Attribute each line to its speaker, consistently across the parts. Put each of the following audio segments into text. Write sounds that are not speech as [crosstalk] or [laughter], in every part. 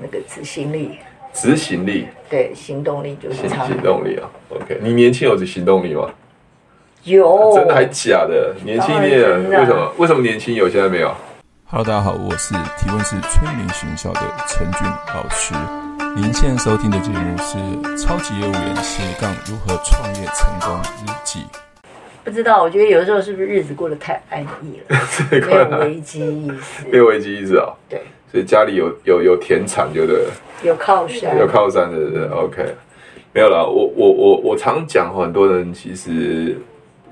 Speaker 1: 那个执行力，
Speaker 2: 执行力、
Speaker 1: 对，行动力就是
Speaker 2: 行
Speaker 1: 差很
Speaker 2: 行
Speaker 1: 多。
Speaker 2: 动力啊。OK，你
Speaker 1: 嗯
Speaker 2: 年轻有行动力吗？
Speaker 1: 有，
Speaker 2: 真的还假的？年轻一点
Speaker 1: 哦当然真，的啊
Speaker 2: 为什么？为什么年轻有，现在没有？ [laughs]
Speaker 3: Hello，大家好，我是提问是村民学校的陈俊老师。您现在收听的节目是《超级业务员斜杠如何创业成功日记》。
Speaker 1: 不知道，我觉得有时候是不是日子过得太安逸
Speaker 2: [laughs]
Speaker 1: 了，
Speaker 2: 没
Speaker 1: 没有危机意
Speaker 2: 没
Speaker 1: 识，
Speaker 2: 有危机意识啊。
Speaker 1: 对，
Speaker 2: 所以家里有有有田产就对了，
Speaker 1: 有靠山
Speaker 2: 有，靠山的对对 OK，没有啦，我我我我常讲，很多人其实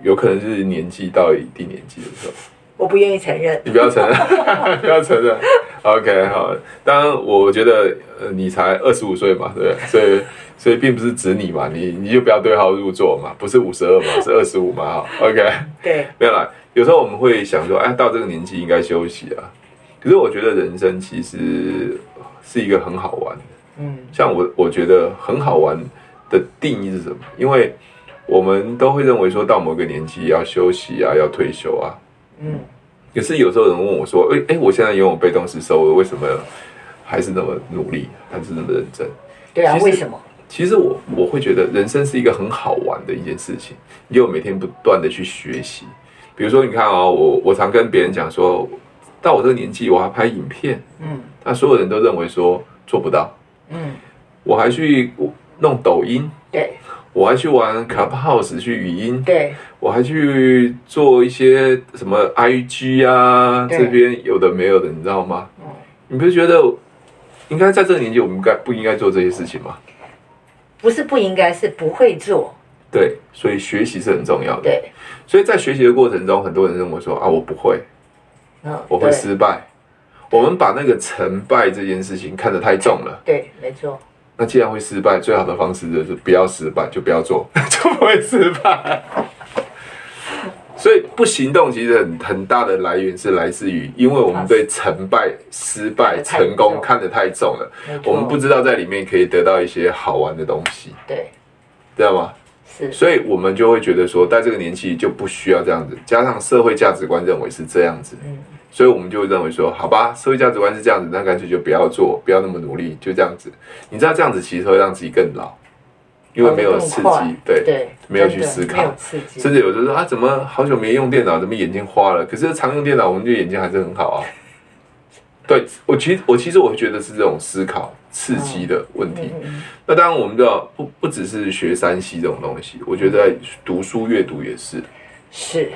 Speaker 2: 有可能是年纪到一定年纪的时候，
Speaker 1: 我不愿意承认。
Speaker 2: 你不要承认， [laughs] 不要承认。OK，好。当然，我觉得呃，你才二十五岁嘛，对不对？所以，所以并不是指你嘛，你你就不要对号入座嘛，不是五十二嘛，是二十五嘛。哈 OK，
Speaker 1: 对，
Speaker 2: 没有啦。有时候我们会想说，哎，到这个年纪应该休息啊。可是我觉得人生其实是一个很好玩的
Speaker 1: 嗯，
Speaker 2: 像我，我觉得很好玩的定义是什么？因为我们都会认为说到某个年纪要休息啊，要退休啊。
Speaker 1: 嗯，
Speaker 2: 可是有时候有人问我说：“哎、哎、我现在拥有被动式收入，为什么还是那么努力，还是那么认真
Speaker 1: 对啊
Speaker 2: 其，实
Speaker 1: 为什么？？”
Speaker 2: 其实我我会觉得人生是一个很好玩的一件事情，你有每天不断的去学习。比如说，你看啊、我我常跟别人讲说，到我这个年纪，我还拍影片，
Speaker 1: 嗯
Speaker 2: 那所有人都认为说做不到，
Speaker 1: 嗯，
Speaker 2: 我还去弄抖音，
Speaker 1: 对
Speaker 2: 我还去玩 Clubhouse 去语音，
Speaker 1: 对
Speaker 2: 我还去做一些什么 IG 啊，
Speaker 1: 对
Speaker 2: 这边有的没有的，你知道吗？
Speaker 1: 嗯
Speaker 2: 你不是觉得应该在这个年纪，我们该不应该做这些事情吗？
Speaker 1: 不是不应该，是不会做。
Speaker 2: 对，所以学习是很重要的。
Speaker 1: 对，
Speaker 2: 所以在学习的过程中，很多人认为说啊，我不会，
Speaker 1: 嗯，
Speaker 2: 我会
Speaker 1: 对。
Speaker 2: 失败。我们把那个成败这件事情看得太重了。
Speaker 1: 对，没错。
Speaker 2: 那既然会失败，最好的方式就是不要失败，就不要做， [laughs] 就不会失败。所以不行动其实很很大的来源是来自于，因为我们对成败、失败、成功看得太重了，
Speaker 1: 没错
Speaker 2: 我们不知道在里面可以得到一些好玩的东西，
Speaker 1: 对，
Speaker 2: 知道吗？
Speaker 1: 是
Speaker 2: 所以我们就会觉得说，在这个年纪就不需要这样子，加上社会价值观认为是这样子，
Speaker 1: 嗯
Speaker 2: 所以我们就会认为说，好吧，社会价值观是这样子，那干脆就不要做，不要那么努力，就这样子。你知道这样子其实会让自己更老，因为没有刺
Speaker 1: 跑得哦
Speaker 2: 激
Speaker 1: 更快，
Speaker 2: 对，
Speaker 1: 对，
Speaker 2: 没有
Speaker 1: 真
Speaker 2: 去
Speaker 1: 的
Speaker 2: 思
Speaker 1: 没
Speaker 2: 考
Speaker 1: 有，刺激，嗯
Speaker 2: 甚至有的时候啊，怎么好久没用电脑，怎么眼睛花了？可是常用电脑，我们就眼睛还是很好啊。对我其实我其实我会觉得是这种思考刺
Speaker 1: 嗯
Speaker 2: 激的问题。那当然我们知道不不只是学山西这种东西，我觉得在读书阅读也是。
Speaker 1: 是，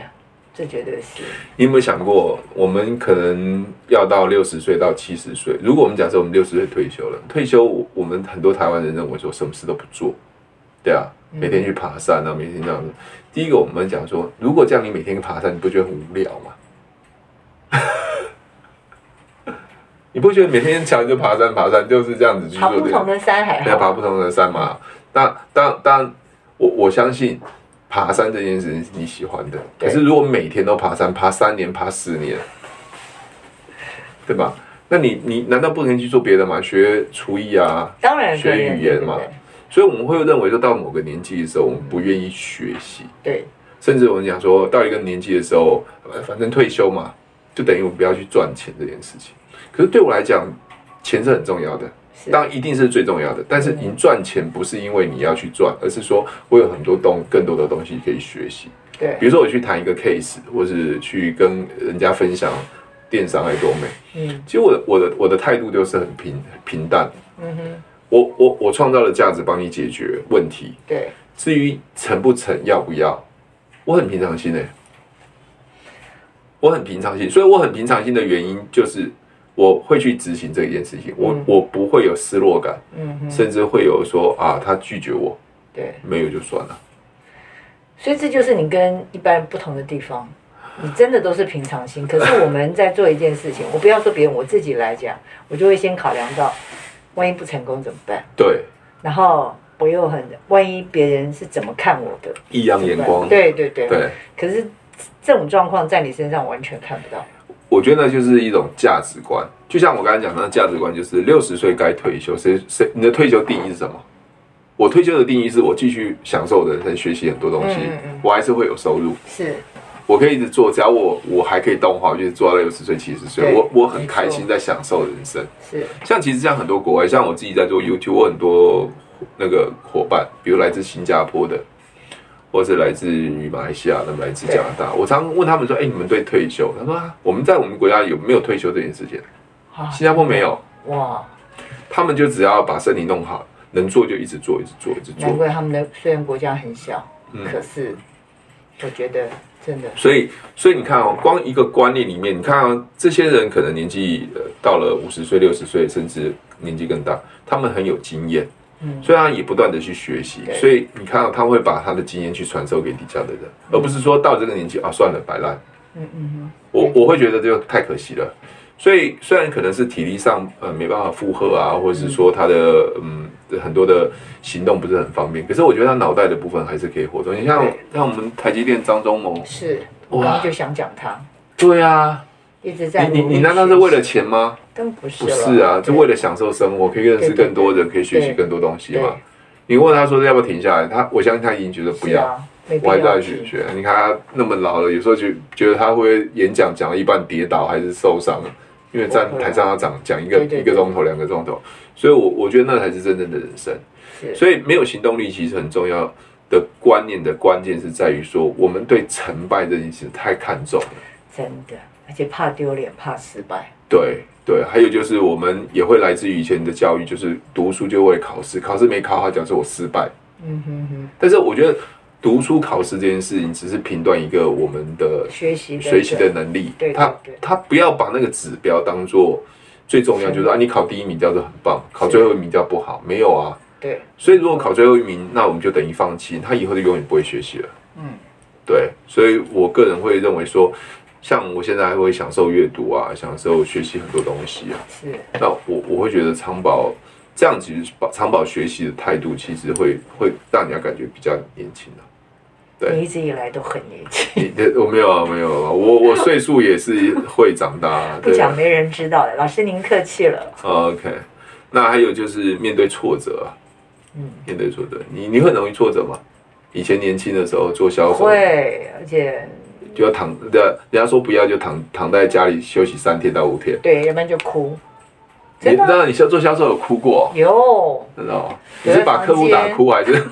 Speaker 1: 这绝对是
Speaker 2: 你有没有想过，我们可能要到六十岁到七十岁？如果我们假设我们六十岁退休了，退休我我们很多台湾人认为说什么事都不做，对啊，
Speaker 1: 嗯
Speaker 2: 每天去爬山啊，每天这样子。第一个，我们讲说，如果这样你每天爬山，你不觉得很无聊吗？ [laughs] 你不觉得每天想就爬山爬山就是这样子去
Speaker 1: 爬
Speaker 2: 做
Speaker 1: 不
Speaker 2: 这
Speaker 1: 同
Speaker 2: 个？
Speaker 1: 的山还
Speaker 2: 对啊，
Speaker 1: 好，
Speaker 2: 爬不同的山嘛。那当当然，我我相信爬山这件事情是你喜欢的。可
Speaker 1: 对
Speaker 2: 是如果每天都爬山，爬三年，爬十年，对吧？那你你难道不能去做别的吗？学厨艺啊？
Speaker 1: 当然
Speaker 2: 学
Speaker 1: 个人
Speaker 2: 语言嘛所以我们会认为，说到某个年纪的时候，我们不愿意学习，
Speaker 1: 对
Speaker 2: 甚至我们讲说到一个年纪的时候，呃反正退休嘛，就等于我们不要去赚钱这件事情。可是对我来讲，钱是很重要的。
Speaker 1: 是
Speaker 2: 当然一定是最重要的，但是你赚钱不是因为你要去赚，而是说我有很多东更多的东西可以学习。
Speaker 1: 对
Speaker 2: 比如说我去谈一个 case，或是去跟人家分享电商爱多美，
Speaker 1: 嗯
Speaker 2: 其实我的我的我的态度就是很平平淡。
Speaker 1: 嗯哼
Speaker 2: 我我我创造的价值帮你解决问题，
Speaker 1: 对
Speaker 2: 至于成不成要不要，我很平常心诶、我很平常心，所以我很平常心的原因就是我会去执行这件事情，我
Speaker 1: 嗯
Speaker 2: 我不会有失落感。
Speaker 1: 嗯哼
Speaker 2: 甚至会有说啊，他拒绝我，
Speaker 1: 对，
Speaker 2: 没有就算了。
Speaker 1: 所以这就是你跟一般不同的地方。你真的都是平常心，可是我们在做一件事情，我不要说别人，我自己来讲，我就会先考量到，万一不成功怎么办？
Speaker 2: 对，
Speaker 1: 然后我又很，万一别人是怎么看我的？
Speaker 2: 异样眼光，
Speaker 1: 对对对。
Speaker 2: 对，
Speaker 1: 可是这种状况在你身上完全看不到。
Speaker 2: 我觉得那就是一种价值观。就像我刚才讲的，那价值观就是六十岁该退休，谁谁你的退休定义是什么？我退休的定义是我继续享受我的人生，学习很多东西，
Speaker 1: 嗯嗯嗯
Speaker 2: 我还是会有收入。
Speaker 1: 是，
Speaker 2: 我可以一直做，只要我我还可以动的话，我就做到六十岁、七十岁，
Speaker 1: 对
Speaker 2: 我我很开
Speaker 1: 没
Speaker 2: 心，
Speaker 1: 错
Speaker 2: 在享受人生。
Speaker 1: 是
Speaker 2: 像其实像很多国外，像我自己在做 YouTube，我很多那个伙伴，比如来自新加坡的，或者来自于马来西亚，那么来自加拿大，我常问他们说：“哎、你们对退休？”他说、啊：“我们在我们国家有没有退休这件事情？
Speaker 1: 啊
Speaker 2: 新加坡没有，
Speaker 1: 哇，
Speaker 2: 他们就只要把身体弄好，能做就一直做，一直做，一直
Speaker 1: 难
Speaker 2: 做。
Speaker 1: 怪他们的虽然国家很小，可是我觉得真的
Speaker 2: 所以，所以你看哦，光一个观念里面，你看、哦、这些人可能年纪呃到了五十岁、六十岁，甚至年纪更大，他们很有经验，
Speaker 1: 嗯
Speaker 2: 所以他也不断的去学习
Speaker 1: 对，
Speaker 2: 所以你看哦到、他会把他的经验去传授给底下的人，而不是说到这个年纪啊，算了，摆烂。
Speaker 1: 嗯嗯
Speaker 2: 我我会觉得这个太可惜了。所以虽然可能是体力上呃没办法负荷啊，或者是说他的嗯很多的行动不是很方便，可是我觉得他脑袋的部分还是可以活动。你像
Speaker 1: 对
Speaker 2: 像我们台积电张忠谋
Speaker 1: 嗯，，是我
Speaker 2: 哇
Speaker 1: 刚刚就想讲他
Speaker 2: 对啊，
Speaker 1: 一直在
Speaker 2: 你你
Speaker 1: 努力
Speaker 2: 你难道
Speaker 1: 学
Speaker 2: 是
Speaker 1: 习
Speaker 2: 为了钱吗？
Speaker 1: 更不是
Speaker 2: 不是啊，就为
Speaker 1: 了
Speaker 2: 了享受生活，可以认识更多人，可以学习更多东西嘛
Speaker 1: 对。
Speaker 2: 你问他说要不要停下来，他我相信他已经觉得
Speaker 1: 对
Speaker 2: 不
Speaker 1: 是
Speaker 2: 要，
Speaker 1: 啊，没必
Speaker 2: 我还
Speaker 1: 要
Speaker 2: 在学学。你看他那么老了，有时候就觉得他会不会演讲讲到一半跌倒还是受伤了，因为站
Speaker 1: 不会啊
Speaker 2: 台上要讲讲一个
Speaker 1: 对对对
Speaker 2: 一个钟头两个钟头，所以我我觉得那才是真正的人生。
Speaker 1: 是
Speaker 2: 所以没有行动力其实很重要的观念的关键是在于说，我们对成败这件事太看重了。
Speaker 1: 真的，而且怕丢脸，怕失败，
Speaker 2: 对对，还有就是我们也会来自于以前的教育，就是读书就为了考试，考试没考好，讲说我失败。
Speaker 1: 嗯哼哼，
Speaker 2: 但是我觉得读书考试这件事情，只是评断一个我们的
Speaker 1: 学习的
Speaker 2: 学习的能力
Speaker 1: 对对，
Speaker 2: 他
Speaker 1: 对
Speaker 2: 他不要把那个指标当做最重要，就是啊，你考第一名叫做很棒，考
Speaker 1: 是
Speaker 2: 最后一名叫不好，没有啊。
Speaker 1: 对
Speaker 2: 所以如果考最后一名，那我们就等于放弃，他以后就永远不会学习了。
Speaker 1: 嗯，
Speaker 2: 对，所以我个人会认为说，像我现在还会享受阅读啊，享受学习很多东西啊。
Speaker 1: 是
Speaker 2: 那我我会觉得长保这样其实把长保学习的态度，其实会会让人家感觉比较年轻啊。对
Speaker 1: 你一直以来都很年轻，
Speaker 2: 你你我没有啊，没有啊，我我岁数也是会长大、啊，
Speaker 1: [laughs] 不
Speaker 2: 对啊
Speaker 1: 讲没人知道的，老师您客气了，
Speaker 2: OK，那还有就是面对挫折啊，
Speaker 1: 嗯，
Speaker 2: 面对挫折，你你很容易挫折吗？以前年轻的时候做销售，
Speaker 1: 会，而且
Speaker 2: 就要躺的，人家说不要就躺躺在家里休息三天到五天。
Speaker 1: 对，要不然就哭，
Speaker 2: 你
Speaker 1: 真的啊
Speaker 2: 那你销做销售有哭过、
Speaker 1: 有
Speaker 2: 真的哦？你
Speaker 1: 有
Speaker 2: 是把客户打哭，还是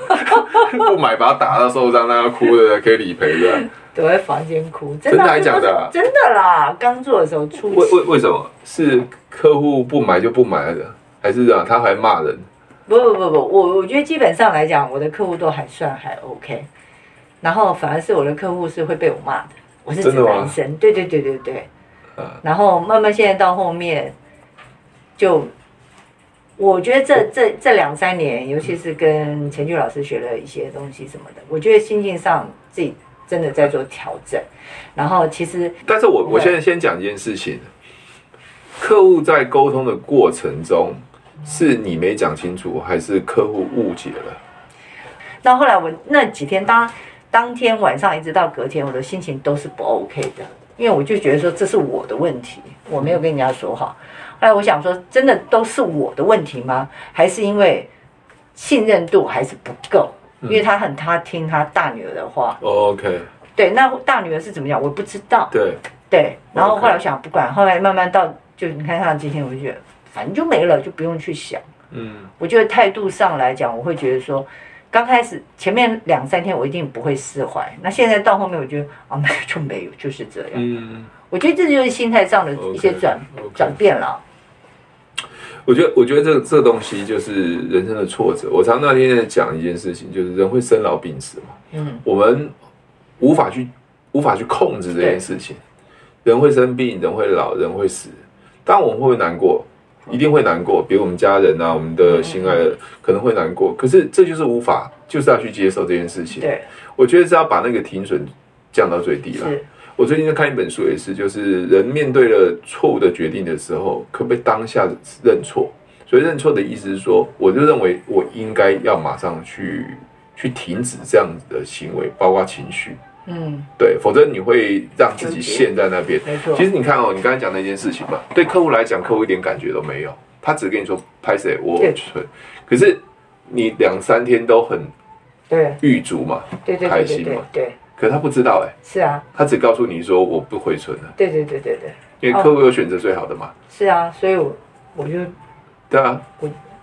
Speaker 2: 不买把他打到受伤，让他哭的可以理赔的？ [laughs]
Speaker 1: 躲在房间哭，真
Speaker 2: 真
Speaker 1: 的
Speaker 2: 的
Speaker 1: 啊
Speaker 2: 还假的啊
Speaker 1: 真的啦，刚做的时候初
Speaker 2: 为
Speaker 1: 期
Speaker 2: 为为什么是客户不买就不买的，还是这样他还骂人？
Speaker 1: 不不不不，我我觉得基本上来讲，我的客户都还算还 OK，然后反而是我的客户是会被我骂的，我是指
Speaker 2: 真的吗
Speaker 1: 男生，对对对对对，
Speaker 2: 啊
Speaker 1: 然后慢慢现在到后面，就我觉得这这这两三年，尤其是跟陈俊老师学了一些东西什么的，我觉得心境上自己真的在做调整，然后其实
Speaker 2: 但是我
Speaker 1: 对
Speaker 2: 我现在先讲一件事情，客户在沟通的过程中，是你没讲清楚，还是客户误解了？
Speaker 1: 那后来我那几天当当天晚上一直到隔天，我的心情都是不 OK 的，因为我就觉得说这是我的问题，我没有跟人家说好。后来我想说，真的都是我的问题吗？还是因为信任度还是不够？因为他很他听他大女儿的话，
Speaker 2: 哦 OK，
Speaker 1: 对，那大女儿是怎么样，我不知道。
Speaker 2: 对，
Speaker 1: 对，然后
Speaker 2: OK
Speaker 1: 后来我想不管，后来慢慢到就你看像今天，我就觉得反正就没了，就不用去想。
Speaker 2: 嗯，
Speaker 1: 我觉得态度上来讲，我会觉得说，刚开始前面两三天我一定不会释怀，那现在到后面我觉得啊，没有就没有，就是这样。
Speaker 2: 嗯，
Speaker 1: 我觉得这就是心态上的一些
Speaker 2: OK，
Speaker 1: 转
Speaker 2: OK
Speaker 1: 转变了。
Speaker 2: 我觉得我觉得这这东西就是人生的挫折。我常那天在讲一件事情，就是人会生老病死嘛，
Speaker 1: 嗯，
Speaker 2: 我们无法去无法去控制这件事情。人会生病，人会老，人会死，当然我们会难过，一定会难过。比如我们家人啊，我们的心爱的人可能会难过，可是这就是无法，就是要去接受这件事情。
Speaker 1: 对，
Speaker 2: 我觉得是要把那个停损降到最低了。
Speaker 1: 是
Speaker 2: 我最近在看一本书，也是，就是人面对了错误的决定的时候，可不可以当下认错？所以认错的意思是说，我就认为我应该要马上去去停止这样子的行为，包括情绪，
Speaker 1: 嗯，
Speaker 2: 对，否则你会让自己
Speaker 1: 纠结
Speaker 2: 陷在那边。
Speaker 1: 没错
Speaker 2: 其实你看哦，你刚才讲那件事情嘛，对客户来讲，客户一点感觉都没有，他只跟你说拍谁我
Speaker 1: 对
Speaker 2: 蠢，可是你两三天都很
Speaker 1: 对
Speaker 2: 郁卒嘛，
Speaker 1: 对对
Speaker 2: 开
Speaker 1: 对对
Speaker 2: 心
Speaker 1: 对
Speaker 2: 嘛，
Speaker 1: 对，
Speaker 2: 可他不知道哎、
Speaker 1: 是啊，
Speaker 2: 他只告诉你说我不回存了，
Speaker 1: 对对对对对，
Speaker 2: 因为客
Speaker 1: 哦
Speaker 2: 户有选择最好的嘛。
Speaker 1: 是啊，所以我我就
Speaker 2: 对啊，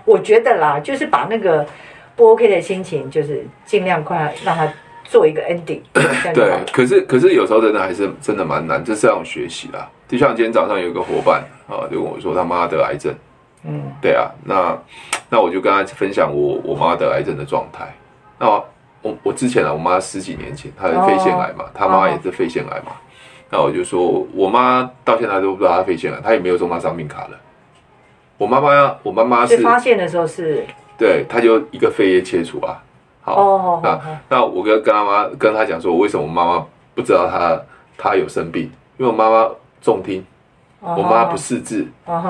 Speaker 1: 我觉得啦，就是把那个不 OK 的心情，就是尽量快让它做一个 ending，这样就好
Speaker 2: 对
Speaker 1: 了。。
Speaker 2: 可是可是有时候真的还是真的蛮难，这是要种学习啦。就像今天早上有一个伙伴啊，就跟我说他妈得癌症，
Speaker 1: 嗯
Speaker 2: 对啊，那那我就跟他分享我我妈得癌症的状态。那我我之前啊，我妈十几年前她是肺腺癌
Speaker 1: 哦
Speaker 2: 嘛，她妈也是肺腺癌嘛。那我就说，我妈到现在都不知道她肺腺癌，她也没有中她伤病卡了。我妈妈，我妈妈
Speaker 1: 所
Speaker 2: 是
Speaker 1: 以发现的时候是
Speaker 2: 对，她就一个肺叶切除啊。好，
Speaker 1: 哦
Speaker 2: 那那我跟跟他妈跟他讲说，我为什么妈妈不知道她她有生病？因为我妈妈重听，
Speaker 1: 哦
Speaker 2: 我妈不识字，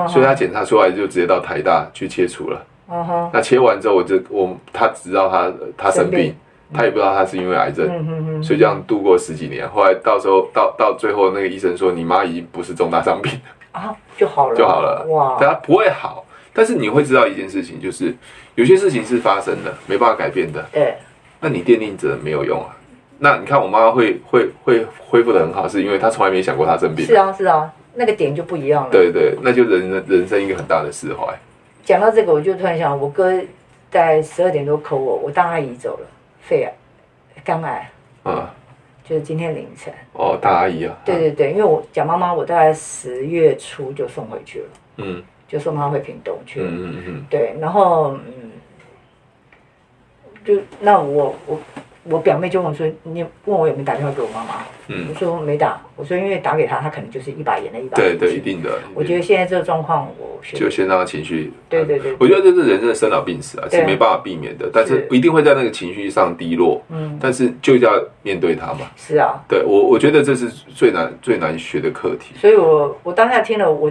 Speaker 1: 是
Speaker 2: 所以她检查出来就直接到台大去切除了。
Speaker 1: 嗯哼，
Speaker 2: 那切完之后，我就我她知道她她生
Speaker 1: 生
Speaker 2: 病
Speaker 1: 病，
Speaker 2: 她也不知道她是因为癌症，
Speaker 1: 嗯哼哼，
Speaker 2: 所以这样度过十几年。后来到时候到到最后，那个医生说你妈已经不是重大伤病，
Speaker 1: 啊就好了，
Speaker 2: 就好了。啊
Speaker 1: 哇，
Speaker 2: 它不会好，但是你会知道一件事情，就是有些事情是发生的，没办法改变的。
Speaker 1: 对，
Speaker 2: 那你奠定着没有用啊。那你看我妈会会会恢复的很好，是因为她从来没想过她生病
Speaker 1: 是。啊是啊，那个点就不一样了。
Speaker 2: 对对，那就人人生一个很大的释怀。
Speaker 1: 讲到这个，我就突然想，我哥在十二点多扣我，我大阿姨走了，肺癌、肝癌，
Speaker 2: 嗯，
Speaker 1: 就是今天凌晨。
Speaker 2: 哦，大阿姨啊，
Speaker 1: 对对对，因为我讲妈妈，我大概十月初就送回去了，
Speaker 2: 嗯，
Speaker 1: 就送她回屏东去了。
Speaker 2: 嗯嗯嗯
Speaker 1: 对，然后嗯，就那我我我表妹就问我说，你问我有没有打电话给我妈妈？
Speaker 2: 嗯
Speaker 1: 我
Speaker 2: 嗯，
Speaker 1: 说没打，我说因为打给她，她可能就是一把眼泪一把
Speaker 2: 对
Speaker 1: 眼泪。
Speaker 2: 对，一。定的。
Speaker 1: 我觉得现在这个状况，我学
Speaker 2: 就先让她情绪。
Speaker 1: 对对对
Speaker 2: 我觉得这是人生的生老病死啊，
Speaker 1: 对
Speaker 2: 是没办法避免的，但是
Speaker 1: 是
Speaker 2: 一定会在那个情绪上低落。
Speaker 1: 嗯，
Speaker 2: 但是就要面对它嘛。
Speaker 1: 是啊，
Speaker 2: 对我，我觉得这是最难最难学的课题。
Speaker 1: 所以我我当下听了，我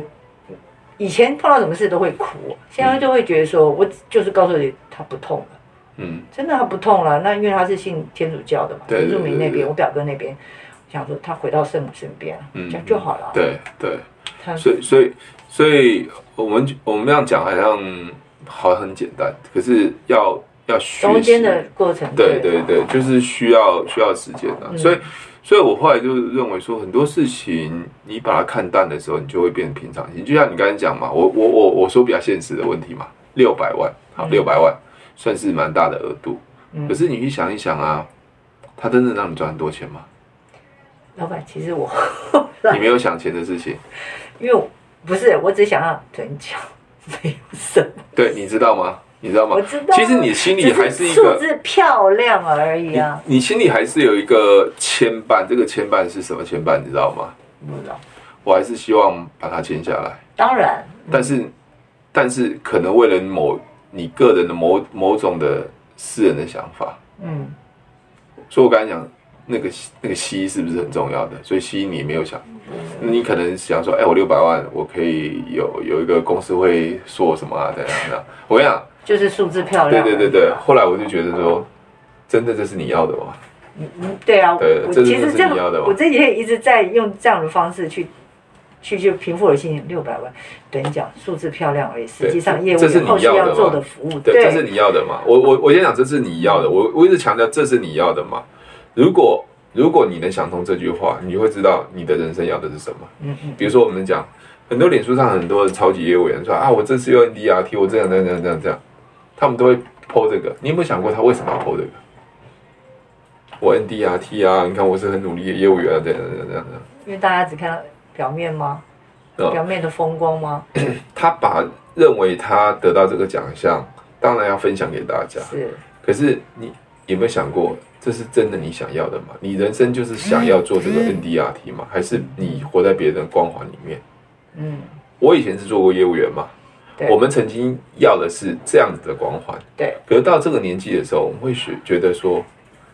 Speaker 1: 以前碰到什么事都会哭，现在就会觉得说，我就是告诉你他不痛了，
Speaker 2: 嗯，
Speaker 1: 真的他不痛了。那因为他是信天主教的嘛，
Speaker 2: 对
Speaker 1: 原
Speaker 2: 对
Speaker 1: 住民
Speaker 2: 对
Speaker 1: 那边，
Speaker 2: 对
Speaker 1: 我表哥那边，我想说他回到圣母身边，
Speaker 2: 嗯
Speaker 1: 这样就好了。，
Speaker 2: 对对，
Speaker 1: 他
Speaker 2: 所以所以所以我们我们这样讲好像好像很简单，可是要要学习
Speaker 1: 中间的过程，
Speaker 2: 对对
Speaker 1: 吧
Speaker 2: 对，就是需要需要时间的、
Speaker 1: 嗯
Speaker 2: 所以，所以我后来就认为说，很多事情你把它看淡的时候，你就会变平常心。就像你刚才讲嘛，我我我我说比较现实的问题嘛，六百万，好，
Speaker 1: 嗯
Speaker 2: 六百万算是蛮大的额度。
Speaker 1: 嗯
Speaker 2: 可是你去想一想啊，它真的让你赚很多钱吗？
Speaker 1: 老板，其实我
Speaker 2: 你没有想钱的事情，
Speaker 1: 因为我不是，我只想要存钱， [laughs] 没有什么，
Speaker 2: 对，你知道吗？你知道吗？
Speaker 1: 我知道啊
Speaker 2: 其实你心里还是
Speaker 1: 只
Speaker 2: 一
Speaker 1: 是数
Speaker 2: 个
Speaker 1: 字漂亮而已啊。
Speaker 2: 你，你心里还是有一个牵绊。这个牵绊是什么牵绊？你知道吗？
Speaker 1: 不知道
Speaker 2: 我还是希望把它签下来。
Speaker 1: 当然，
Speaker 2: 但是，但是可能为了某你个人的某某种的私人的想法，
Speaker 1: 嗯。
Speaker 2: 所以我刚才讲那个那个吸是不是很重要的？所以吸你没有想，
Speaker 1: 嗯
Speaker 2: 你可能想说，哎、我六百万，我可以有有一个公司会说我什么啊，怎样怎样？我跟你讲，
Speaker 1: 就是数字漂
Speaker 2: 对
Speaker 1: 亮。啊
Speaker 2: 对对对，后来我就觉得说，真的这是你要的吗？
Speaker 1: 嗯，对啊，
Speaker 2: 对
Speaker 1: 我
Speaker 2: 这是
Speaker 1: 其实
Speaker 2: 这是
Speaker 1: 这
Speaker 2: 你要
Speaker 1: 个
Speaker 2: 的吧
Speaker 1: 我这几天一直在用这样的方式去去就平复我的心情。六百万，等你讲数字漂亮而已，实际上业务
Speaker 2: 这是
Speaker 1: 有
Speaker 2: 你
Speaker 1: 后续
Speaker 2: 要的
Speaker 1: 要做
Speaker 2: 吗
Speaker 1: 的服务，
Speaker 2: 对，这是你要的嘛？我我我先讲，这是你要的。我我一直强调，这是你要的嘛？如果如果你能想通这句话，你会知道你的人生要的是什么。
Speaker 1: 嗯嗯，
Speaker 2: 比如说我们讲，很多脸书上很多的超级业务员说啊，我这次用 NDRT，我这样这样这样这样这样，他们都会 PO 这个。你有没有想过他为什么要 PO 这个？我 NDRT 啊，你看我是很努力的业务员啊，这样这样这样这样。
Speaker 1: 因为大家只看到表面吗？
Speaker 2: 嗯
Speaker 1: 表面的风光吗？
Speaker 2: 他把认为他得到这个奖项，当然要分享给大家。
Speaker 1: 是，
Speaker 2: 可是你有没有想过，这是真的你想要的吗？你人生就是想要做这个 NDRT 吗？还是你活在别人的光环里面？
Speaker 1: 嗯，
Speaker 2: 我以前是做过业务员嘛
Speaker 1: 对，
Speaker 2: 我们曾经要的是这样子的光环，
Speaker 1: 对，
Speaker 2: 可是到这个年纪的时候，我们会学觉得说，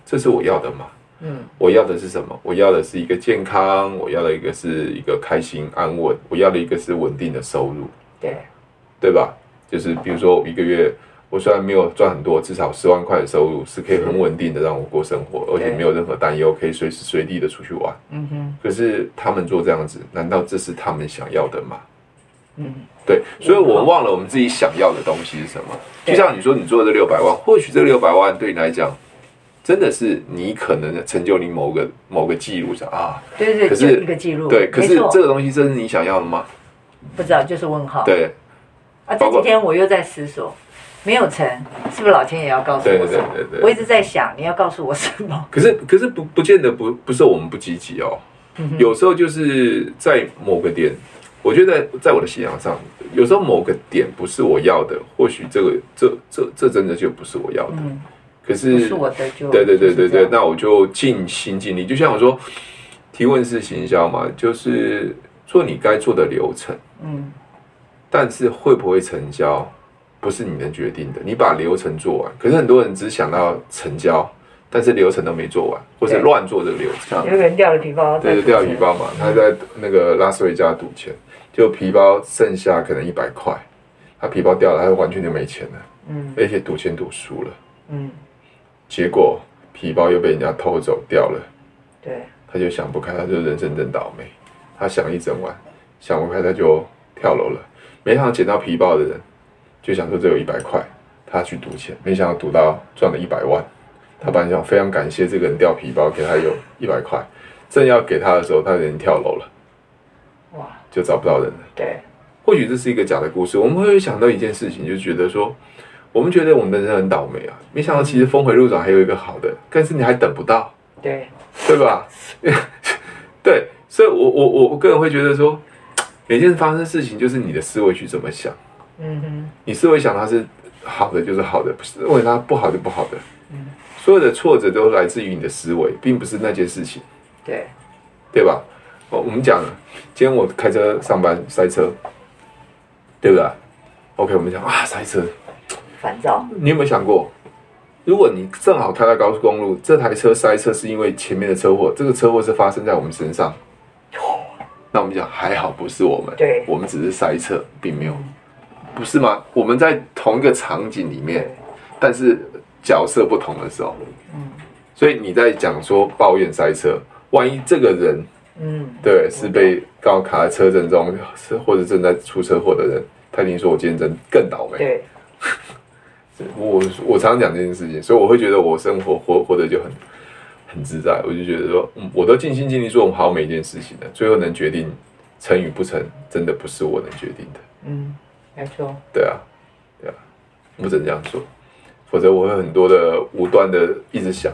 Speaker 2: 这是我要的吗？
Speaker 1: 嗯
Speaker 2: 我要的是什么？我要的是一个健康，我要的一个是一个开心安稳，我要的一个是稳定的收入，
Speaker 1: 对，
Speaker 2: 对吧？就是比如说一个月，我虽然没有赚很多，至少十万块的收入是可以很稳定的让我过生活，而且
Speaker 1: 对
Speaker 2: 没有任何担忧，可以随时随地的出去玩。
Speaker 1: 嗯哼，
Speaker 2: 可是他们做这样子，难道这是他们想要的吗？
Speaker 1: 嗯，
Speaker 2: 对，所以我们忘了我们自己想要的东西是什么。就
Speaker 1: 对
Speaker 2: 像你说，你做这六百万，或许这六百万对你来讲，真的是你可能成就你某个某个记录，想啊，
Speaker 1: 对对，
Speaker 2: 可
Speaker 1: 就是一个记录，
Speaker 2: 对，可
Speaker 1: 没
Speaker 2: 是
Speaker 1: 错
Speaker 2: 这个东西这是你想要的吗？
Speaker 1: 不知道就是问号。
Speaker 2: 对，
Speaker 1: 啊，这
Speaker 2: 包括
Speaker 1: 几天我又在思索，没有成，是不是老天爷要告诉
Speaker 2: 对
Speaker 1: 我
Speaker 2: 对
Speaker 1: 什么？
Speaker 2: 对对对
Speaker 1: 我一直在想，你要告诉我什么？
Speaker 2: 可是可是不不见得不不是我们不积极哦，
Speaker 1: 嗯
Speaker 2: 有时候就是在某个点，我觉得在我的信仰上，有时候某个点不是我要的，或许这个这这这真的就不是我要的。
Speaker 1: 嗯，
Speaker 2: 可
Speaker 1: 不
Speaker 2: 是
Speaker 1: 是我的就
Speaker 2: 对对对对对，
Speaker 1: 就是这样
Speaker 2: 那我就尽心尽力。就像我说，提问式行销嘛，就是做你该做的流程，
Speaker 1: 嗯
Speaker 2: 但是会不会成交，不是你能决定的。你把流程做完，可是很多人只想到成交，但是流程都没做完，或者
Speaker 1: 对
Speaker 2: 乱做这个流程。
Speaker 1: 有个人掉了皮包，
Speaker 2: 对，
Speaker 1: 在
Speaker 2: 钓
Speaker 1: 赌
Speaker 2: 鱼
Speaker 1: 钱，
Speaker 2: 包嘛，他在那个拉斯维加赌钱，就皮包剩下可能一百块，他皮包掉了，他完全就没钱了，
Speaker 1: 嗯
Speaker 2: 而且赌钱赌输了，
Speaker 1: 嗯，
Speaker 2: 结果皮包又被人家偷走掉了，
Speaker 1: 对，
Speaker 2: 他就想不开，他就人生真倒霉，他想一整晚，想不开他就跳楼了，没想到捡到皮包的人就想说只有一百块，他去赌钱，没想到赌到赚了一百万，他本来想非常感谢这个人掉皮包给他有一百块，正要给他的时候，他人跳楼了。
Speaker 1: 哇，
Speaker 2: 就找不到人了。
Speaker 1: 对，
Speaker 2: 或许这是一个假的故事，我们会想到一件事情，就觉得说，我们觉得我们的人很倒霉啊，没想到其实峰回路转还有一个好的，但是你还等不到，
Speaker 1: 对，
Speaker 2: 对吧？ [laughs] 对，所以我我我我个人会觉得说，每件发生事情就是你的思维去怎么想，
Speaker 1: 嗯哼，
Speaker 2: 你思维想它是好的就是好的，不是认为它不好就不好的。所有的挫折都来自于你的思维，并不是那件事情。
Speaker 1: 对，
Speaker 2: 对吧？哦，我们讲，今天我开车上班塞车，对不对？OK，我们讲啊塞车，
Speaker 1: 烦躁，
Speaker 2: 你有没有想过，如果你正好开到高速公路，这台车塞车是因为前面的车祸，这个车祸是发生在我们身上，那我们讲还好不是我们，
Speaker 1: 对
Speaker 2: 我们只是塞车，并没有，不是吗？我们在同一个场景里面
Speaker 1: 对，
Speaker 2: 但是角色不同的时候，所以你在讲说抱怨塞车，万一这个人
Speaker 1: 嗯，
Speaker 2: 对，是被刚好卡在车阵中，是或者正在出车祸的人，他一定说我今天真更倒霉。
Speaker 1: 对，
Speaker 2: 我我常常讲这件事情，所以我会觉得我生活活活得就很很自在。我就觉得说，嗯，我都尽心尽力做好每一件事情了，最后能决定成与不成，真的不是我能决定的。
Speaker 1: 嗯，没错，
Speaker 2: 对啊，对啊，我只能这样说，否则我会很多的无端的一直想，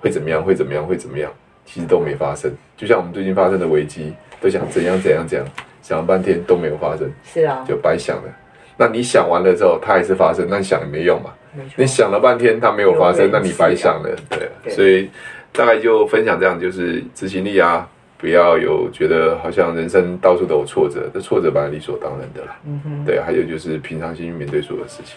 Speaker 2: 会怎么样，会怎么样，会怎么样，其实都没发生。就像我们最近发生的危机，都想怎样怎样怎样，想了半天都没有发生，
Speaker 1: 是啊，
Speaker 2: 就白想了。那你想完了之后，它还是发生，那你想也没用嘛。
Speaker 1: 没错
Speaker 2: 你，想了半天，它没有发生，
Speaker 1: 有
Speaker 2: 那
Speaker 1: 危机啊
Speaker 2: 你白想了。对啊，
Speaker 1: 对
Speaker 2: 所以大概就分享这样，就是执行力啊，不要有觉得好像人生到处都有挫折，这挫折本来理所当然的啦。
Speaker 1: 嗯哼，
Speaker 2: 对，还有就是平常心去面对所有的事情。